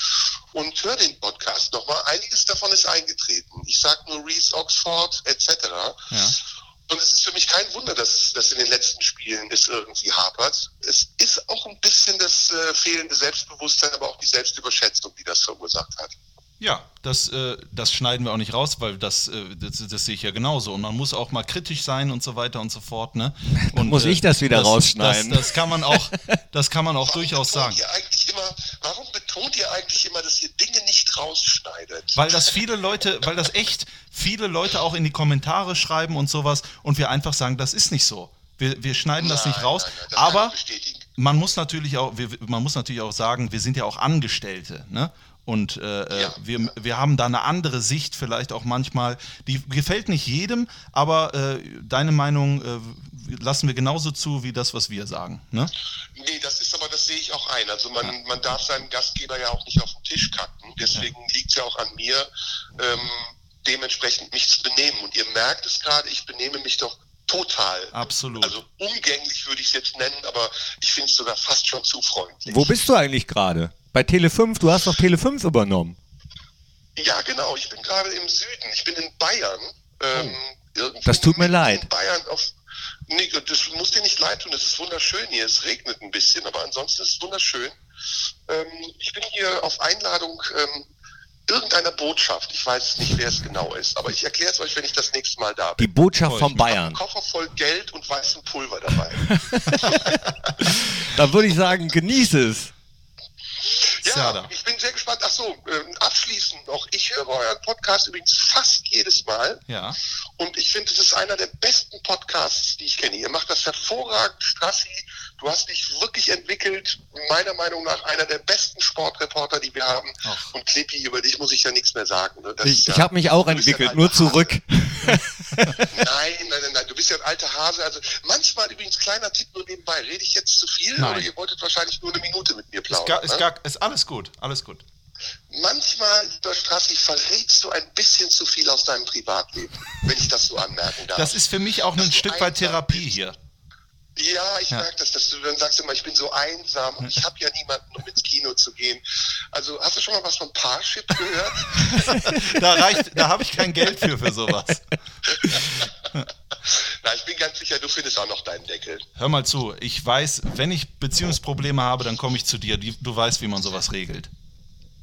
und höre den Podcast nochmal. Einiges davon ist eingetreten. Ich sage nur Reese Oxford etc. Ja. Und es ist für mich kein Wunder, dass das in den letzten Spielen es irgendwie hapert. Es ist auch ein bisschen das äh, fehlende Selbstbewusstsein, aber auch die Selbstüberschätzung, die das verursacht hat. Ja, das, äh, das schneiden wir auch nicht raus, weil das, äh, das, das sehe ich ja genauso. Und man muss auch mal kritisch sein und so weiter und so fort. Ne? Und, äh, muss ich das wieder rausschneiden. Das, das kann man auch, das kann man auch durchaus sagen. Warum betont ihr eigentlich immer, dass ihr Dinge nicht rausschneidet? Weil das viele Leute, weil das echt viele Leute auch in die Kommentare schreiben und sowas und wir einfach sagen, das ist nicht so. Wir, wir schneiden das nicht raus. aber man muss natürlich auch, wir, man muss natürlich auch sagen, wir sind ja auch Angestellte, ne? Und äh, äh, wir, wir haben da eine andere Sicht vielleicht auch manchmal. Die gefällt nicht jedem, aber äh, deine Meinung äh, lassen wir genauso zu wie das, was wir sagen. Ne? Nee, das ist aber, das sehe ich auch ein. Also man, man darf seinen Gastgeber ja auch nicht auf den Tisch kacken. Deswegen liegt es ja auch an mir, ähm, dementsprechend mich zu benehmen. Und ihr merkt es gerade, ich benehme mich doch total. Absolut. Also umgänglich würde ich es jetzt nennen, aber ich finde es sogar fast schon zu freundlich. Wo bist du eigentlich gerade? Bei Tele5? Du hast doch Tele5 übernommen. Ja, genau. Ich bin gerade im Süden. Ich bin in Bayern. Ähm, irgendwo Oh. Das tut mir leid. in Bayern auf. Nee, das muss dir nicht leid tun. Es ist wunderschön hier. Es regnet ein bisschen, aber ansonsten ist es wunderschön. Ähm, ich bin hier auf Einladung ähm, irgendeiner Botschaft. Ich weiß nicht, wer es genau ist, aber ich erkläre es euch, wenn ich das nächste Mal da bin. Die Botschaft von Bayern. Oh, Ich hab einen Koffer voll Geld und weißen Pulver dabei. Dann würde ich sagen, genieße es. Ja, ich bin sehr gespannt. Ach so, ähm, abschließend noch. Ich höre euren Podcast übrigens fast jedes Mal. Ja. Und ich finde, es ist einer der besten Podcasts, die ich kenne. Ihr macht das hervorragend, Strassi. Du hast dich wirklich entwickelt. Meiner Meinung nach einer der besten Sportreporter, die wir haben. Und Klippi, über dich muss ich ja nichts mehr sagen. ne? Das ist Ich, ja, ich habe mich auch du bist ja entwickelt, ein nur alter Hase. zurück. Nein, nein, nein, nein, du bist ja ein alter Hase. Also manchmal übrigens kleiner Tipp nur nebenbei. Rede ich jetzt zu viel Nein. oder ihr wolltet wahrscheinlich nur eine Minute mit mir Ist, plaudern? gar, ist, ne? gar, ist alles gut, alles gut. manchmal, lieber Strassi, verrätst du ein bisschen zu viel aus deinem Privatleben, wenn ich das so anmerken darf. Das ist für mich auch ein Stück weit Therapie hier. Ja, ich merke das, dass du dann sagst immer, ich bin so einsam und ich habe ja niemanden, um ins Kino zu gehen. Also hast du schon mal was von Parship gehört? da reicht, da habe ich kein Geld für für sowas. Na, ich bin ganz sicher, du findest auch noch deinen Deckel. Hör mal zu, ich weiß, wenn ich Beziehungsprobleme habe, dann komme ich zu dir. Die- Du weißt, wie man sowas regelt.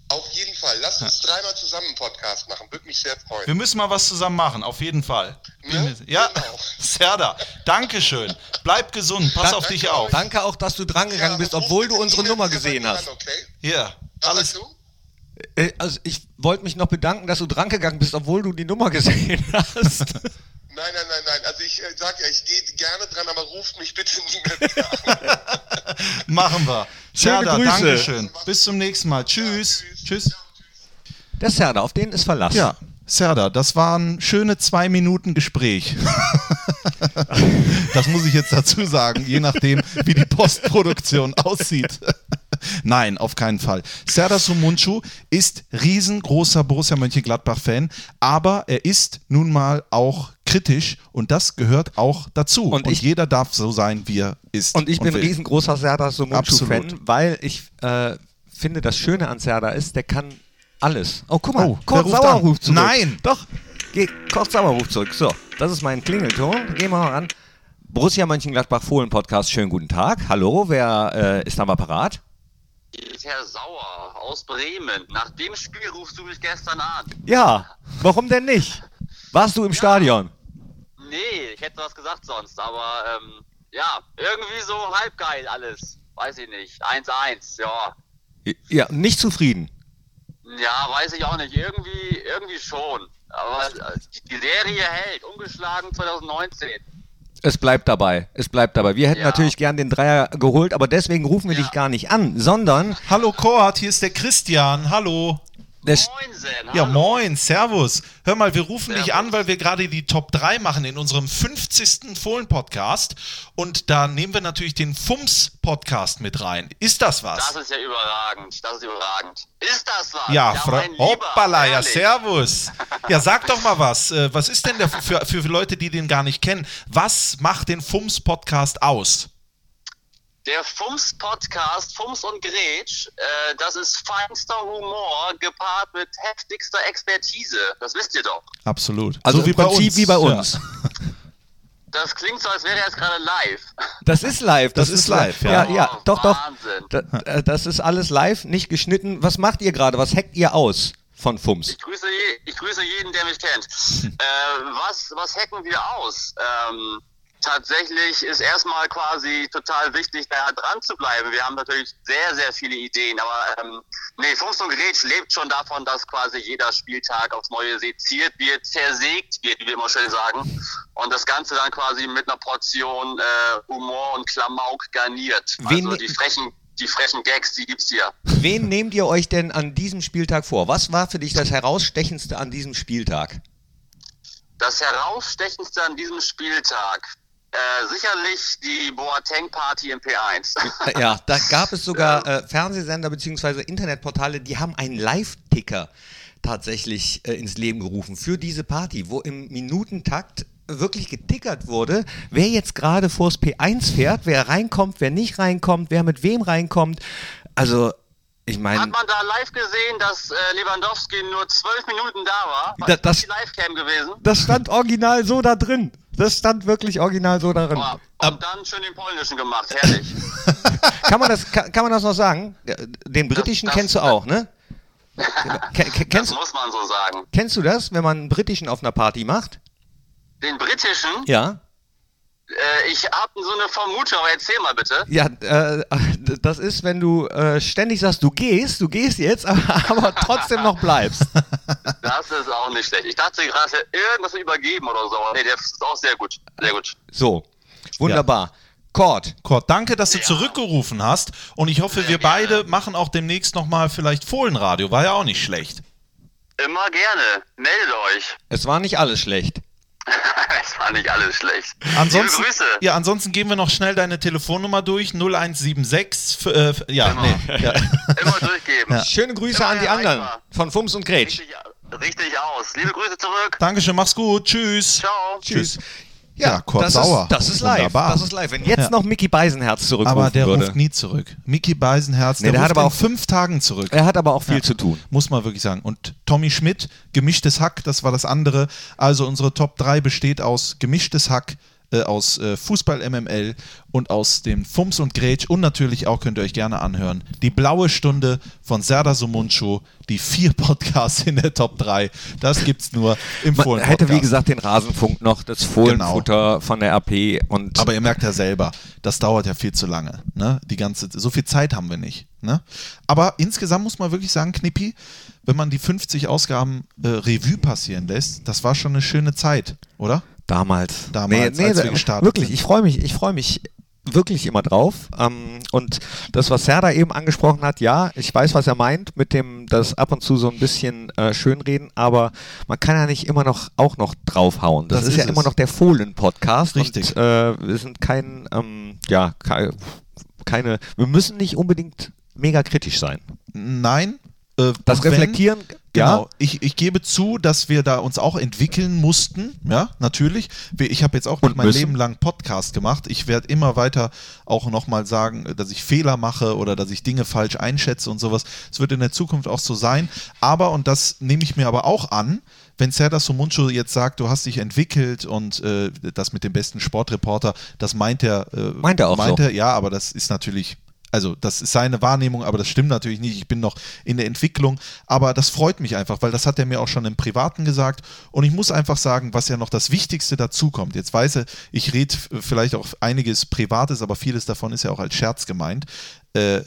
Auf jeden Fall, lass uns dreimal zusammen einen Podcast machen, würde mich sehr freuen. Wir müssen mal was zusammen machen, auf jeden Fall. Bin mir- Ja, Serda, Dankeschön. Bleib gesund, pass auf dich auf. Danke auch, dass du drangegangen bist, obwohl du unsere Nummer gesehen hast. Ja, alles. Äh, Also ich wollte mich noch bedanken, dass du drangegangen bist, obwohl du die Nummer gesehen hast. Nein, nein, nein, nein. Also ich äh, sag ja, ich gehe gerne dran, aber ruf mich bitte nie mehr wieder an. Machen wir. Schöne Serda, Grüße. Dankeschön. Bis zum nächsten Mal. Tschüss. Tschüss. Der Serda, auf den ist Verlass. Ja, Serda, das waren schöne zwei Minuten Gespräch. das muss ich jetzt dazu sagen, je nachdem, wie die Postproduktion aussieht. Nein, auf keinen Fall. Serdar Sumuncu ist riesengroßer Borussia Mönchengladbach-Fan, aber er ist nun mal auch kritisch und das gehört auch dazu. Und, jeder darf so sein, wie er ist. Und ich bin ein will. riesengroßer Serdar Somuncu-Fan, Absolut. weil ich äh, finde, das Schöne an Serdar ist, der kann alles. Oh, guck mal, Oh, Kurt wer ruft Sauer an? ruft zurück. Nein. Doch, Geh, Kurt Sauer ruft zurück. So, das ist mein Klingelton. Gehen wir mal ran. Borussia Mönchengladbach-Fohlen-Podcast, schönen guten Tag. Hallo, wer äh, ist am Apparat? Hier ist Herr Sauer aus Bremen. Nach dem Spiel rufst du mich gestern an. Ja, warum denn nicht? Warst du im Stadion? Nee, ich hätte was gesagt sonst, aber ähm, ja, irgendwie so halb geil alles. Weiß ich nicht. 1-1, ja. Ja, nicht zufrieden. Ja, weiß ich auch nicht. Irgendwie, irgendwie schon. Aber äh, die- die Serie hält. Ungeschlagen 2019. Es bleibt dabei, es bleibt dabei. Wir hätten natürlich gern den Dreier geholt, aber deswegen rufen wir dich gar nicht an, sondern... Hallo Kort, hier ist der Christian, hallo. Der Ja, moin, servus. Hör mal, wir rufen dich an, weil wir gerade die Top 3 machen in unserem 50. Fohlen-Podcast. Und da nehmen wir natürlich den Fums-Podcast mit rein. Ist das was? Das ist ja überragend. Das ist überragend. Ist das was? ja, Fra- mein Lieber, hoppala, ja, ehrlich. servus. Ja, sag doch mal was. Äh, Was ist denn der, für, für Leute, die den gar nicht kennen, was macht den Fums-Podcast aus? Der Fums-Podcast, Fums und Gretsch, äh, das ist feinster Humor gepaart mit heftigster Expertise. Das wisst ihr doch. Absolut. Also So wie im bei Prinzip uns. wie bei Ja. uns. Das klingt so, als wäre er jetzt gerade live. Das ist live. Das ist live, ja. Ja, ja, doch, doch. Wahnsinn. Da, äh, das ist alles live, nicht geschnitten. Was macht ihr gerade? Was hackt ihr aus von Fums? Ich grüße, je, ich grüße jeden, der mich kennt. Äh, was, was hacken wir aus? Ähm, tatsächlich ist erstmal quasi total wichtig, da dran zu bleiben. Wir haben natürlich sehr, sehr viele Ideen, aber ähm, nee, Fums und Gretsch lebt schon davon, dass quasi jeder Spieltag aufs Neue seziert wird, zersägt wird, wie wir immer schön sagen. Und das Ganze dann quasi mit einer Portion äh, Humor und Klamauk garniert. Wen- also die frechen, die frechen Gags, die gibt's hier. Wen nehmt ihr euch denn an diesem Spieltag vor? Was war für dich das herausstechendste an diesem Spieltag? Das herausstechendste an diesem Spieltag. Äh, sicherlich die Boateng-Party im P1. Ja, da gab es sogar äh, Fernsehsender bzw. Internetportale, die haben einen Live-Ticker tatsächlich äh, ins Leben gerufen für diese Party, wo im Minutentakt wirklich getickert wurde, wer jetzt gerade vors P1 fährt, wer reinkommt, wer nicht reinkommt, wer mit wem reinkommt. Also, ich meine, Hat man da live gesehen, dass äh, Lewandowski nur zwölf Minuten da war? Da- Ist das- Ähm, die Livecam gewesen. das stand original so da drin. Das stand wirklich original so darin. Und dann schön den Polnischen gemacht, herrlich. Kann man das, kann, kann man das noch sagen? Den britischen kennst du auch, ne? Ke- ke- das kennst, muss man so sagen. kennst du das, wenn man einen britischen auf einer Party macht? Den britischen, Ja. äh, ich habe so eine Vermutung, aber erzähl mal bitte. Ja, äh, das ist, wenn du äh, ständig sagst, du gehst, du gehst jetzt, aber, aber trotzdem noch bleibst. Das ist auch nicht schlecht. Ich dachte gerade, irgendwas übergeben oder so. Nee, der ist auch sehr gut. Sehr gut. So, wunderbar. Kort. Kort, danke, dass du zurückgerufen hast. Und ich hoffe, wir beide machen auch demnächst nochmal vielleicht Fohlenradio. War ja auch nicht schlecht. Immer gerne. Meldet euch. Es war nicht alles schlecht. es war nicht alles schlecht. Ansonsten, Liebe Grüße. ja, ansonsten geben wir noch schnell deine Telefonnummer durch. 0176. Äh, f- ja, Genau. nee. Ja. Immer durchgeben. Ja. Schöne Grüße an die anderen von Fums und Gretsch. Richtig aus. Liebe Grüße zurück. Dankeschön, mach's gut. Tschüss. Tschüss. Ja, Kurt das Sauer. Ist, das ist live. Wunderbar. Das ist live. Wenn jetzt Ja. noch Mickey Beisenherz zurückrufen Aber der würde. ruft nie zurück. Mickey Beisenherz, Nee, der hat ruft aber in auch- fünf Tagen zurück. Er hat aber auch viel zu tun. Muss man wirklich sagen. Und Tommy Schmidt, gemischtes Hack, das war das andere. Also unsere Top 3 besteht aus gemischtes Hack, äh, aus äh, Fußball MML und aus dem Fums und Grätsch und natürlich auch, könnt ihr euch gerne anhören, die blaue Stunde von Serdar Somuncu, die vier Podcasts in der Top 3. Das gibt's nur im Man Fohlen hätte, wie gesagt, den Rasenfunk noch, das Fohlenfutter von der AP und Genau. Aber ihr merkt ja selber, das dauert ja viel zu lange. Ne? Die ganze, so viel Zeit haben wir nicht. Ne? Aber insgesamt muss man wirklich sagen, Knippi, wenn man die 50 Ausgaben äh, Revue passieren lässt, das war schon eine schöne Zeit, oder? damals. Damals, als wir gestartet Wirklich, sind. ich freue mich, ich freue mich wirklich immer drauf. Ähm, und das, was Serda eben angesprochen hat, ja, ich weiß, was er meint, mit dem das ab und zu so ein bisschen äh, schönreden, aber man kann ja nicht immer noch auch noch draufhauen. Das, Das ist, ist ja immer es. noch der Fohlen-Podcast. Richtig. Und, äh, wir sind kein, ähm, ja, ke- keine, wir müssen nicht unbedingt mega kritisch sein. Nein. äh, Das und wenn- Reflektieren, ja. Genau. Ich, ich gebe zu, dass wir da uns auch entwickeln mussten. Ja, natürlich. Wir- Ich habe jetzt auch nicht mein müssen. Leben lang Podcast gemacht. Ich werde immer weiter auch nochmal sagen, dass ich Fehler mache oder dass ich Dinge falsch einschätze und sowas. Es wird in der Zukunft auch so sein. Aber, und das nehme ich mir aber auch an, wenn Serdar Somuncu jetzt sagt, du hast dich entwickelt und äh, das mit dem besten Sportreporter, das meint er. Äh, Meint er auch meint so. er, ja, aber das ist natürlich, also das ist seine Wahrnehmung, aber das stimmt natürlich nicht. Ich bin noch in der Entwicklung, aber das freut mich einfach, weil das hat er mir auch schon im Privaten gesagt. Und ich muss einfach sagen, was ja noch das Wichtigste dazu kommt. Jetzt weiß er, ich rede vielleicht auch einiges Privates, aber vieles davon ist ja auch als Scherz gemeint. Äh,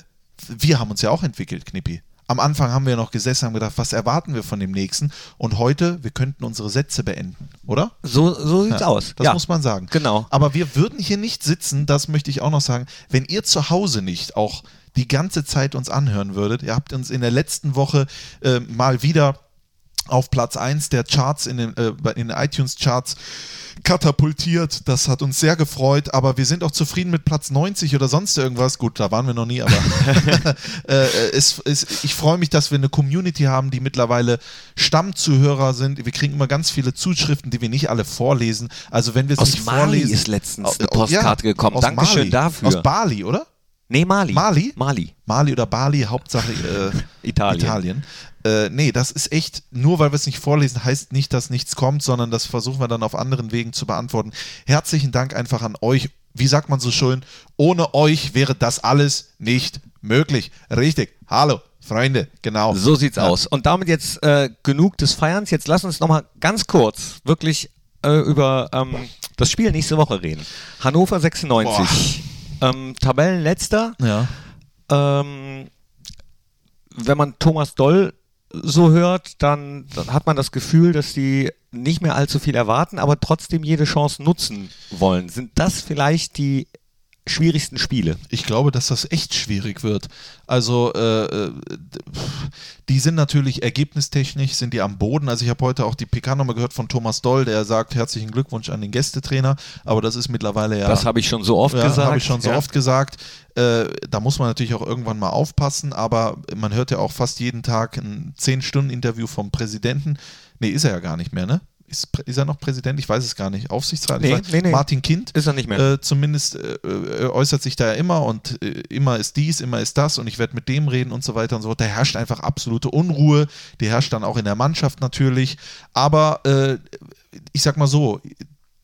wir haben uns ja auch entwickelt, Knippi. Am Anfang haben wir noch gesessen, haben gedacht, was erwarten wir von dem Nächsten? Und heute, wir könnten unsere Sätze beenden, oder? So, so sieht's Ja, aus. Das ja. muss man sagen. Genau. Aber wir würden hier nicht sitzen, das möchte ich auch noch sagen, wenn ihr zu Hause nicht auch die ganze Zeit uns anhören würdet. Ihr habt uns in der letzten Woche äh, mal wieder auf Platz 1 der Charts in den, äh, bei- in den iTunes-Charts katapultiert. Das hat uns sehr gefreut, aber wir sind auch zufrieden mit Platz 90 oder sonst irgendwas. Gut, da waren wir noch nie, aber äh, es, es, ich freue mich, dass wir eine Community haben, die mittlerweile Stammzuhörer sind. Wir kriegen immer ganz viele Zuschriften, die wir nicht alle vorlesen. Also wenn wir es Aus nicht Mali vorlesen... ist letztens eine Au- au- Postkarte gekommen. aus Dankeschön Mali. dafür. Aus Bali, oder? Nee, Mali. Mali? Mali. Mali oder Bali, Hauptsache äh, Italien. Italien. Äh, nee, das ist echt, nur weil wir es nicht vorlesen, heißt nicht, dass nichts kommt, sondern das versuchen wir dann auf anderen Wegen zu beantworten. Herzlichen Dank einfach an euch. Wie sagt man so schön, ohne euch wäre das alles nicht möglich. Richtig. Hallo, Freunde, genau. So sieht's aus. Und damit jetzt äh, genug des Feierns. Jetzt lass uns nochmal ganz kurz wirklich äh, über ähm, das Spiel nächste Woche reden. Hannover 96. Ähm, Tabellenletzter. Ja. Ähm, wenn man Thomas Doll so hört, dann, dann hat man das Gefühl, dass die nicht mehr allzu viel erwarten, aber trotzdem jede Chance nutzen wollen. Sind das vielleicht die schwierigsten Spiele? Ich glaube, dass das echt schwierig wird. Also äh, äh, d- pff, die sind natürlich ergebnistechnisch, sind die am Boden. Also ich habe heute auch die PK nochmal gehört von Thomas Doll, der sagt, herzlichen Glückwunsch an den Gästetrainer. Aber das ist mittlerweile ja... Das habe ich schon so oft ja, gesagt. Habe ich schon so Ja. oft gesagt. Äh, da muss man natürlich auch irgendwann mal aufpassen, aber man hört ja auch fast jeden Tag ein 10-Stunden-Interview vom Präsidenten. Nee, ist er ja gar nicht mehr, ne? Ist, Prä- ist er noch Präsident? Ich weiß es gar nicht. Aufsichtsrat? Nee, ich weiß, nee, nee. Martin Kind. Ist er nicht mehr. Äh, zumindest äh, äh, äußert sich da ja immer und äh, immer ist dies, immer ist das und ich werde mit dem reden und so weiter und so fort. Da herrscht einfach absolute Unruhe. Die herrscht dann auch in der Mannschaft natürlich. Aber äh, ich sag mal so,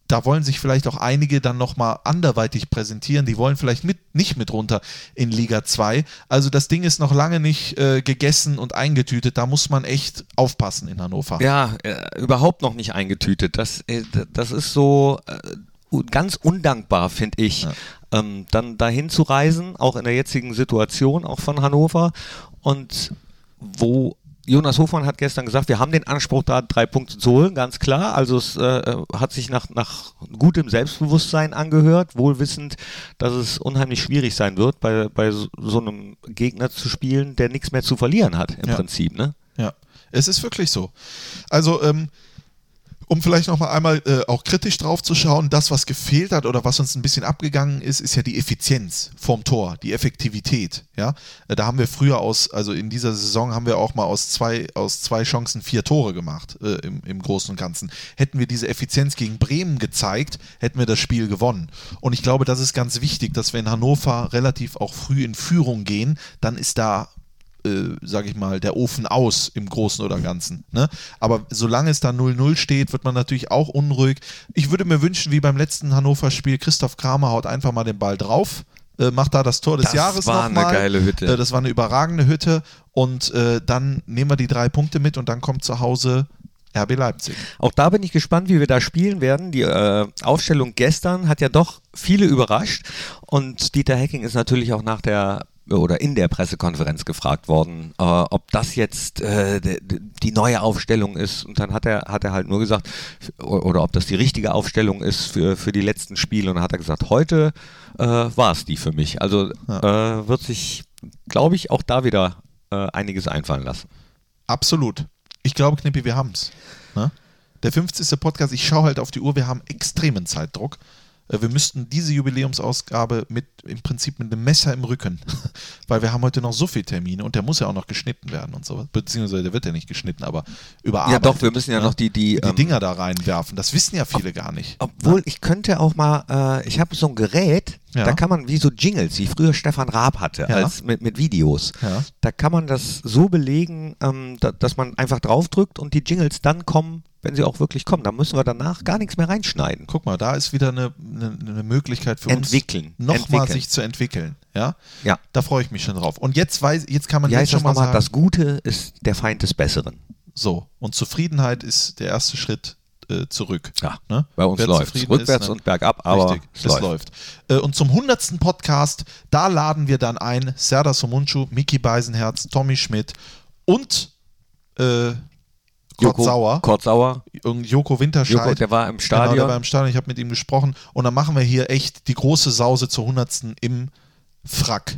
da wollen sich vielleicht auch einige dann nochmal anderweitig präsentieren. Die wollen vielleicht mit, nicht mit runter in Liga 2. Also das Ding ist noch lange nicht äh, gegessen und eingetütet. Da muss man echt aufpassen in Hannover. Ja, äh, überhaupt noch nicht eingetütet. Das, äh, d- das ist so äh, u- ganz undankbar, finde ich. Ähm, dann dahin zu reisen, auch in der jetzigen Situation, auch von Hannover. Und wo Jonas Hofmann hat gestern gesagt, wir haben den Anspruch, da drei Punkte zu holen, ganz klar. Also es äh, hat sich nach, nach gutem Selbstbewusstsein angehört, wohl wissend, dass es unheimlich schwierig sein wird, bei, bei so, so einem Gegner zu spielen, der nichts mehr zu verlieren hat, im Ja. Prinzip. Ne? Ja, es ist wirklich so. Also, ähm, um vielleicht nochmal einmal äh, auch kritisch drauf zu schauen, das, was gefehlt hat oder was uns ein bisschen abgegangen ist, ist ja die Effizienz vom Tor, die Effektivität. Ja? Äh, Da haben wir früher aus, also in dieser Saison haben wir auch mal aus zwei, aus zwei Chancen vier Tore gemacht äh, im, im Großen und Ganzen. Hätten wir diese Effizienz gegen Bremen gezeigt, hätten wir das Spiel gewonnen. Und ich glaube, das ist ganz wichtig, dass wir in Hannover relativ auch früh in Führung gehen, dann ist da äh, sage ich mal, der Ofen aus im Großen oder Ganzen. Ne? Aber solange es da 0-0 steht, wird man natürlich auch unruhig. Ich würde mir wünschen, wie beim letzten Hannover-Spiel, Christoph Kramer haut einfach mal den Ball drauf, äh, macht da das Tor des Das Jahres war nochmal. eine geile Hütte. Äh, das war eine überragende Hütte. Und äh, dann nehmen wir die drei Punkte mit und dann kommt zu Hause RB Leipzig. Auch da bin ich gespannt, wie wir da spielen werden. Die äh, Aufstellung gestern hat ja doch viele überrascht. Und Dieter Hecking ist natürlich auch nach der oder in der Pressekonferenz gefragt worden, äh, ob das jetzt äh, de- de- die neue Aufstellung ist. Und dann hat er, hat er halt nur gesagt, f- oder ob das die richtige Aufstellung ist für, für die letzten Spiele. Und dann hat er gesagt, heute äh, war es die für mich. Also äh, wird sich, glaube ich, auch da wieder äh, einiges einfallen lassen. Absolut. Ich glaube, Knippi, wir haben es. Ne? Der 50. Podcast, ich schaue halt auf die Uhr, wir haben extremen Zeitdruck. Äh, Wir müssten diese Jubiläumsausgabe mit im Prinzip mit einem Messer im Rücken, weil wir haben heute noch so viele Termine und der muss ja auch noch geschnitten werden und sowas. Beziehungsweise der wird ja nicht geschnitten, aber überarbeitet. Ne? doch, wir müssen ja noch die- die, die ähm, Dinger da reinwerfen. Das wissen ja viele gar nicht. Obwohl, ich könnte auch mal, äh, ich habe so ein Gerät, Ja. da kann man wie so Jingles, wie früher Stefan Raab hatte, Ja. als, mit, mit Videos. Ja. Da kann man das so belegen, ähm, da, dass man einfach draufdrückt und die Jingles dann kommen, wenn sie auch wirklich kommen. Da müssen wir danach gar nichts mehr reinschneiden. Guck mal, da ist wieder eine, eine, eine Möglichkeit für Entwickeln. uns, nochmal Entwickeln. sich zu entwickeln. Ja? Ja. Da freue ich mich schon drauf. Und jetzt weiß, jetzt kann man Wie jetzt heißt schon das mal nochmal? sagen, Das Gute ist der Feind des Besseren. So, und Zufriedenheit ist der erste Schritt äh, zurück. Ja, ne? bei uns Wer läuft's. zufrieden ne? Rückwärts und bergab, aber Richtig, es es läuft. Äh, und zum 100. Podcast, da laden wir dann ein Serdar Somuncu, Miki Beisenherz, Tommy Schmidt und äh, Kurt Joko- Sauer. Kurt Sauer. Und Joko Winterscheid. Joko, der war im Stadion. Genau, der war im Stadion. Ich habe mit ihm gesprochen. Und dann machen wir hier echt die große Sause zur 100. im Frack.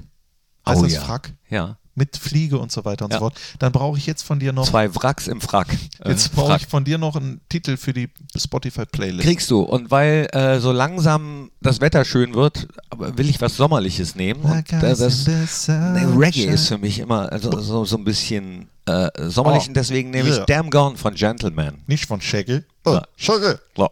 Heißt Oh das ja. Frack? Ja. Mit Fliege und so weiter und so fort. Dann brauche ich jetzt von dir noch. Zwei Wracks im Frack. Äh, Jetzt brauche Frack. ich von dir noch einen Titel für die Spotify-Playlist. Kriegst du. Und weil äh, so langsam das Wetter schön wird, aber will ich was Sommerliches nehmen. Und, äh, das, nee, Reggae ist für mich immer also, so, so ein bisschen äh, sommerlich. Oh, und deswegen nehme ich yeah. Damn Gone von Gentleman. Nicht von Shaggy. Oh, Ja. Shaggy. So. Und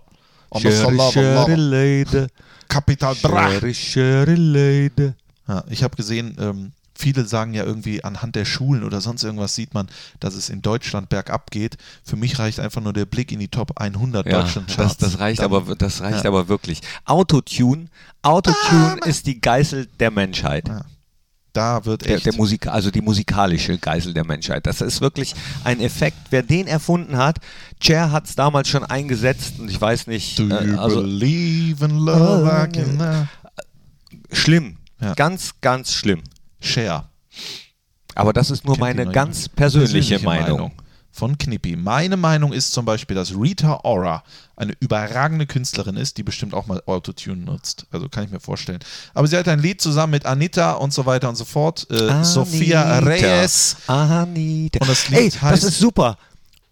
Oh, das soll aber machen. Lady. Kapital Bra. Sherry, Sherry Lady. Ja, ich habe gesehen, ähm, viele sagen ja irgendwie anhand der Schulen oder sonst irgendwas sieht man, dass es in Deutschland bergab geht. Für mich reicht einfach nur der Blick in die Top 100 Ja, Deutschland das, Charts. das reicht, Dann- aber, das reicht Ja. Ah, aber wirklich. Autotune. Autotune ist die Geißel der Menschheit. Da wird der, echt. der Musik, also die musikalische Geisel der Menschheit. Das ist wirklich ein Effekt. Wer den erfunden hat, Cher hat es damals schon eingesetzt und ich weiß nicht, Do äh, you also Oh, believe in love? I can- schlimm, ganz, ganz schlimm. Share. Aber das ist nur Kennt meine jemand? ganz persönliche, Meinung. Von Knippi. Meine Meinung ist zum Beispiel, dass Rita Ora eine überragende Künstlerin ist, die bestimmt auch mal Autotune nutzt. Also kann ich mir vorstellen. Aber sie hat ein Lied zusammen mit Anita und so weiter und so fort. Äh, Anita. Sophia Reyes. Anita. Und das Lied Ey, heißt- das ist super.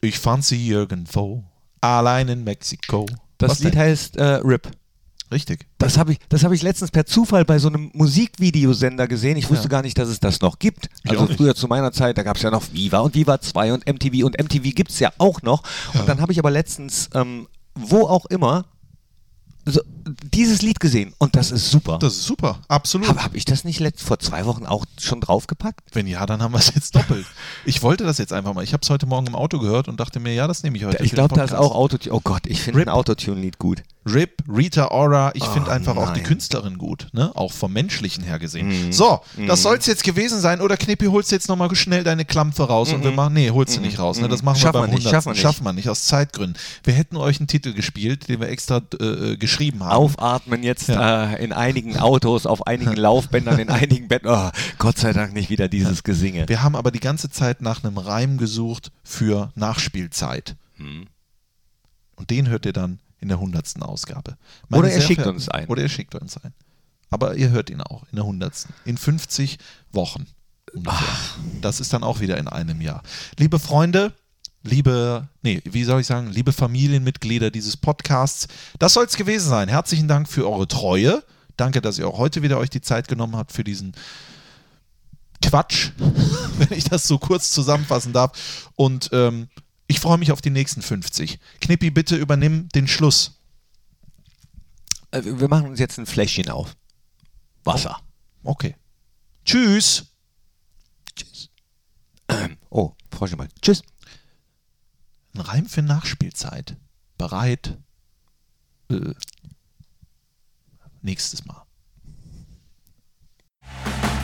Ich fand sie irgendwo. Allein in Mexiko. Das Was Lied denn? heißt äh, Rip. Richtig. Das habe ich, das hab ich letztens per Zufall bei so einem Musikvideosender gesehen. Ich wusste gar nicht, dass es das noch gibt. Ich auch Also nicht. früher zu meiner Zeit, da gab es ja noch Viva und Viva 2 und MTV und MTV gibt es ja auch noch. Und dann habe ich aber letztens, ähm, wo auch immer, so, dieses Lied gesehen und das ist super. Das ist super. Absolut. Habe hab ich das nicht letzt, vor zwei Wochen auch schon draufgepackt? Wenn ja, dann haben wir es jetzt doppelt. Ich wollte das jetzt einfach mal. Ich habe es heute Morgen im Auto gehört und dachte mir, ja, das nehme ich heute. Ich für den glaube, da ist Podcast. auch Autotune. Oh Gott, ich finde Rip. ein Autotune-Lied gut. Rip, Rita Ora, ich finde Oh, einfach auch die nein. Künstlerin gut, ne? Auch vom Menschlichen her gesehen. So, das Mhm. soll es jetzt gewesen sein. Oder Knippi, holst du jetzt nochmal schnell deine Klampfe raus und Mhm. wir machen. Nee, holst du nicht raus. Ne? Das machen Schaffen wir beim wir Mhm. nicht, 100. schaffen wir nicht. Schaffen wir nicht, aus Zeitgründen. Wir hätten euch einen Titel gespielt, den wir extra äh, äh, geschrieben haben. Aufatmen jetzt äh, in einigen Autos, auf einigen Laufbändern, in einigen Betten. Oh, Gott sei Dank nicht wieder dieses Gesinge. Wir haben aber die ganze Zeit nach einem Reim gesucht für Nachspielzeit. Hm. Und den hört ihr dann in der 100. Ausgabe. Oder er sehr schickt verehrten- uns einen. Oder er schickt uns ein. Aber ihr hört ihn auch in der 100. In 50 Wochen. ungefähr. Das ist dann auch wieder in einem Jahr. Liebe Freunde, liebe, nee, wie soll ich sagen, liebe Familienmitglieder dieses Podcasts. Das soll es gewesen sein. Herzlichen Dank für eure Treue. Danke, dass ihr auch heute wieder euch die Zeit genommen habt für diesen Quatsch, wenn ich das so kurz zusammenfassen darf. Und ähm, ich freue mich auf die nächsten 50. Knippi, bitte übernimm den Schluss. Äh, Wir machen uns jetzt ein Fläschchen auf. Wasser. Okay. Tschüss. Tschüss. Ähm, Oh, Frau Schimmel. Tschüss. Ein Reim für Nachspielzeit. Bereit. Äh, nächstes Mal.